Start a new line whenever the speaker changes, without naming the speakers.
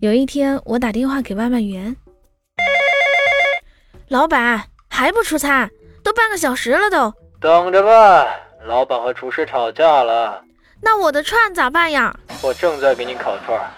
有一天，我打电话给外卖员，老板还不出餐，都半个小时了都。
等着吧，老板和厨师吵架了，
那我的串咋办呀？
我正在给你烤串儿。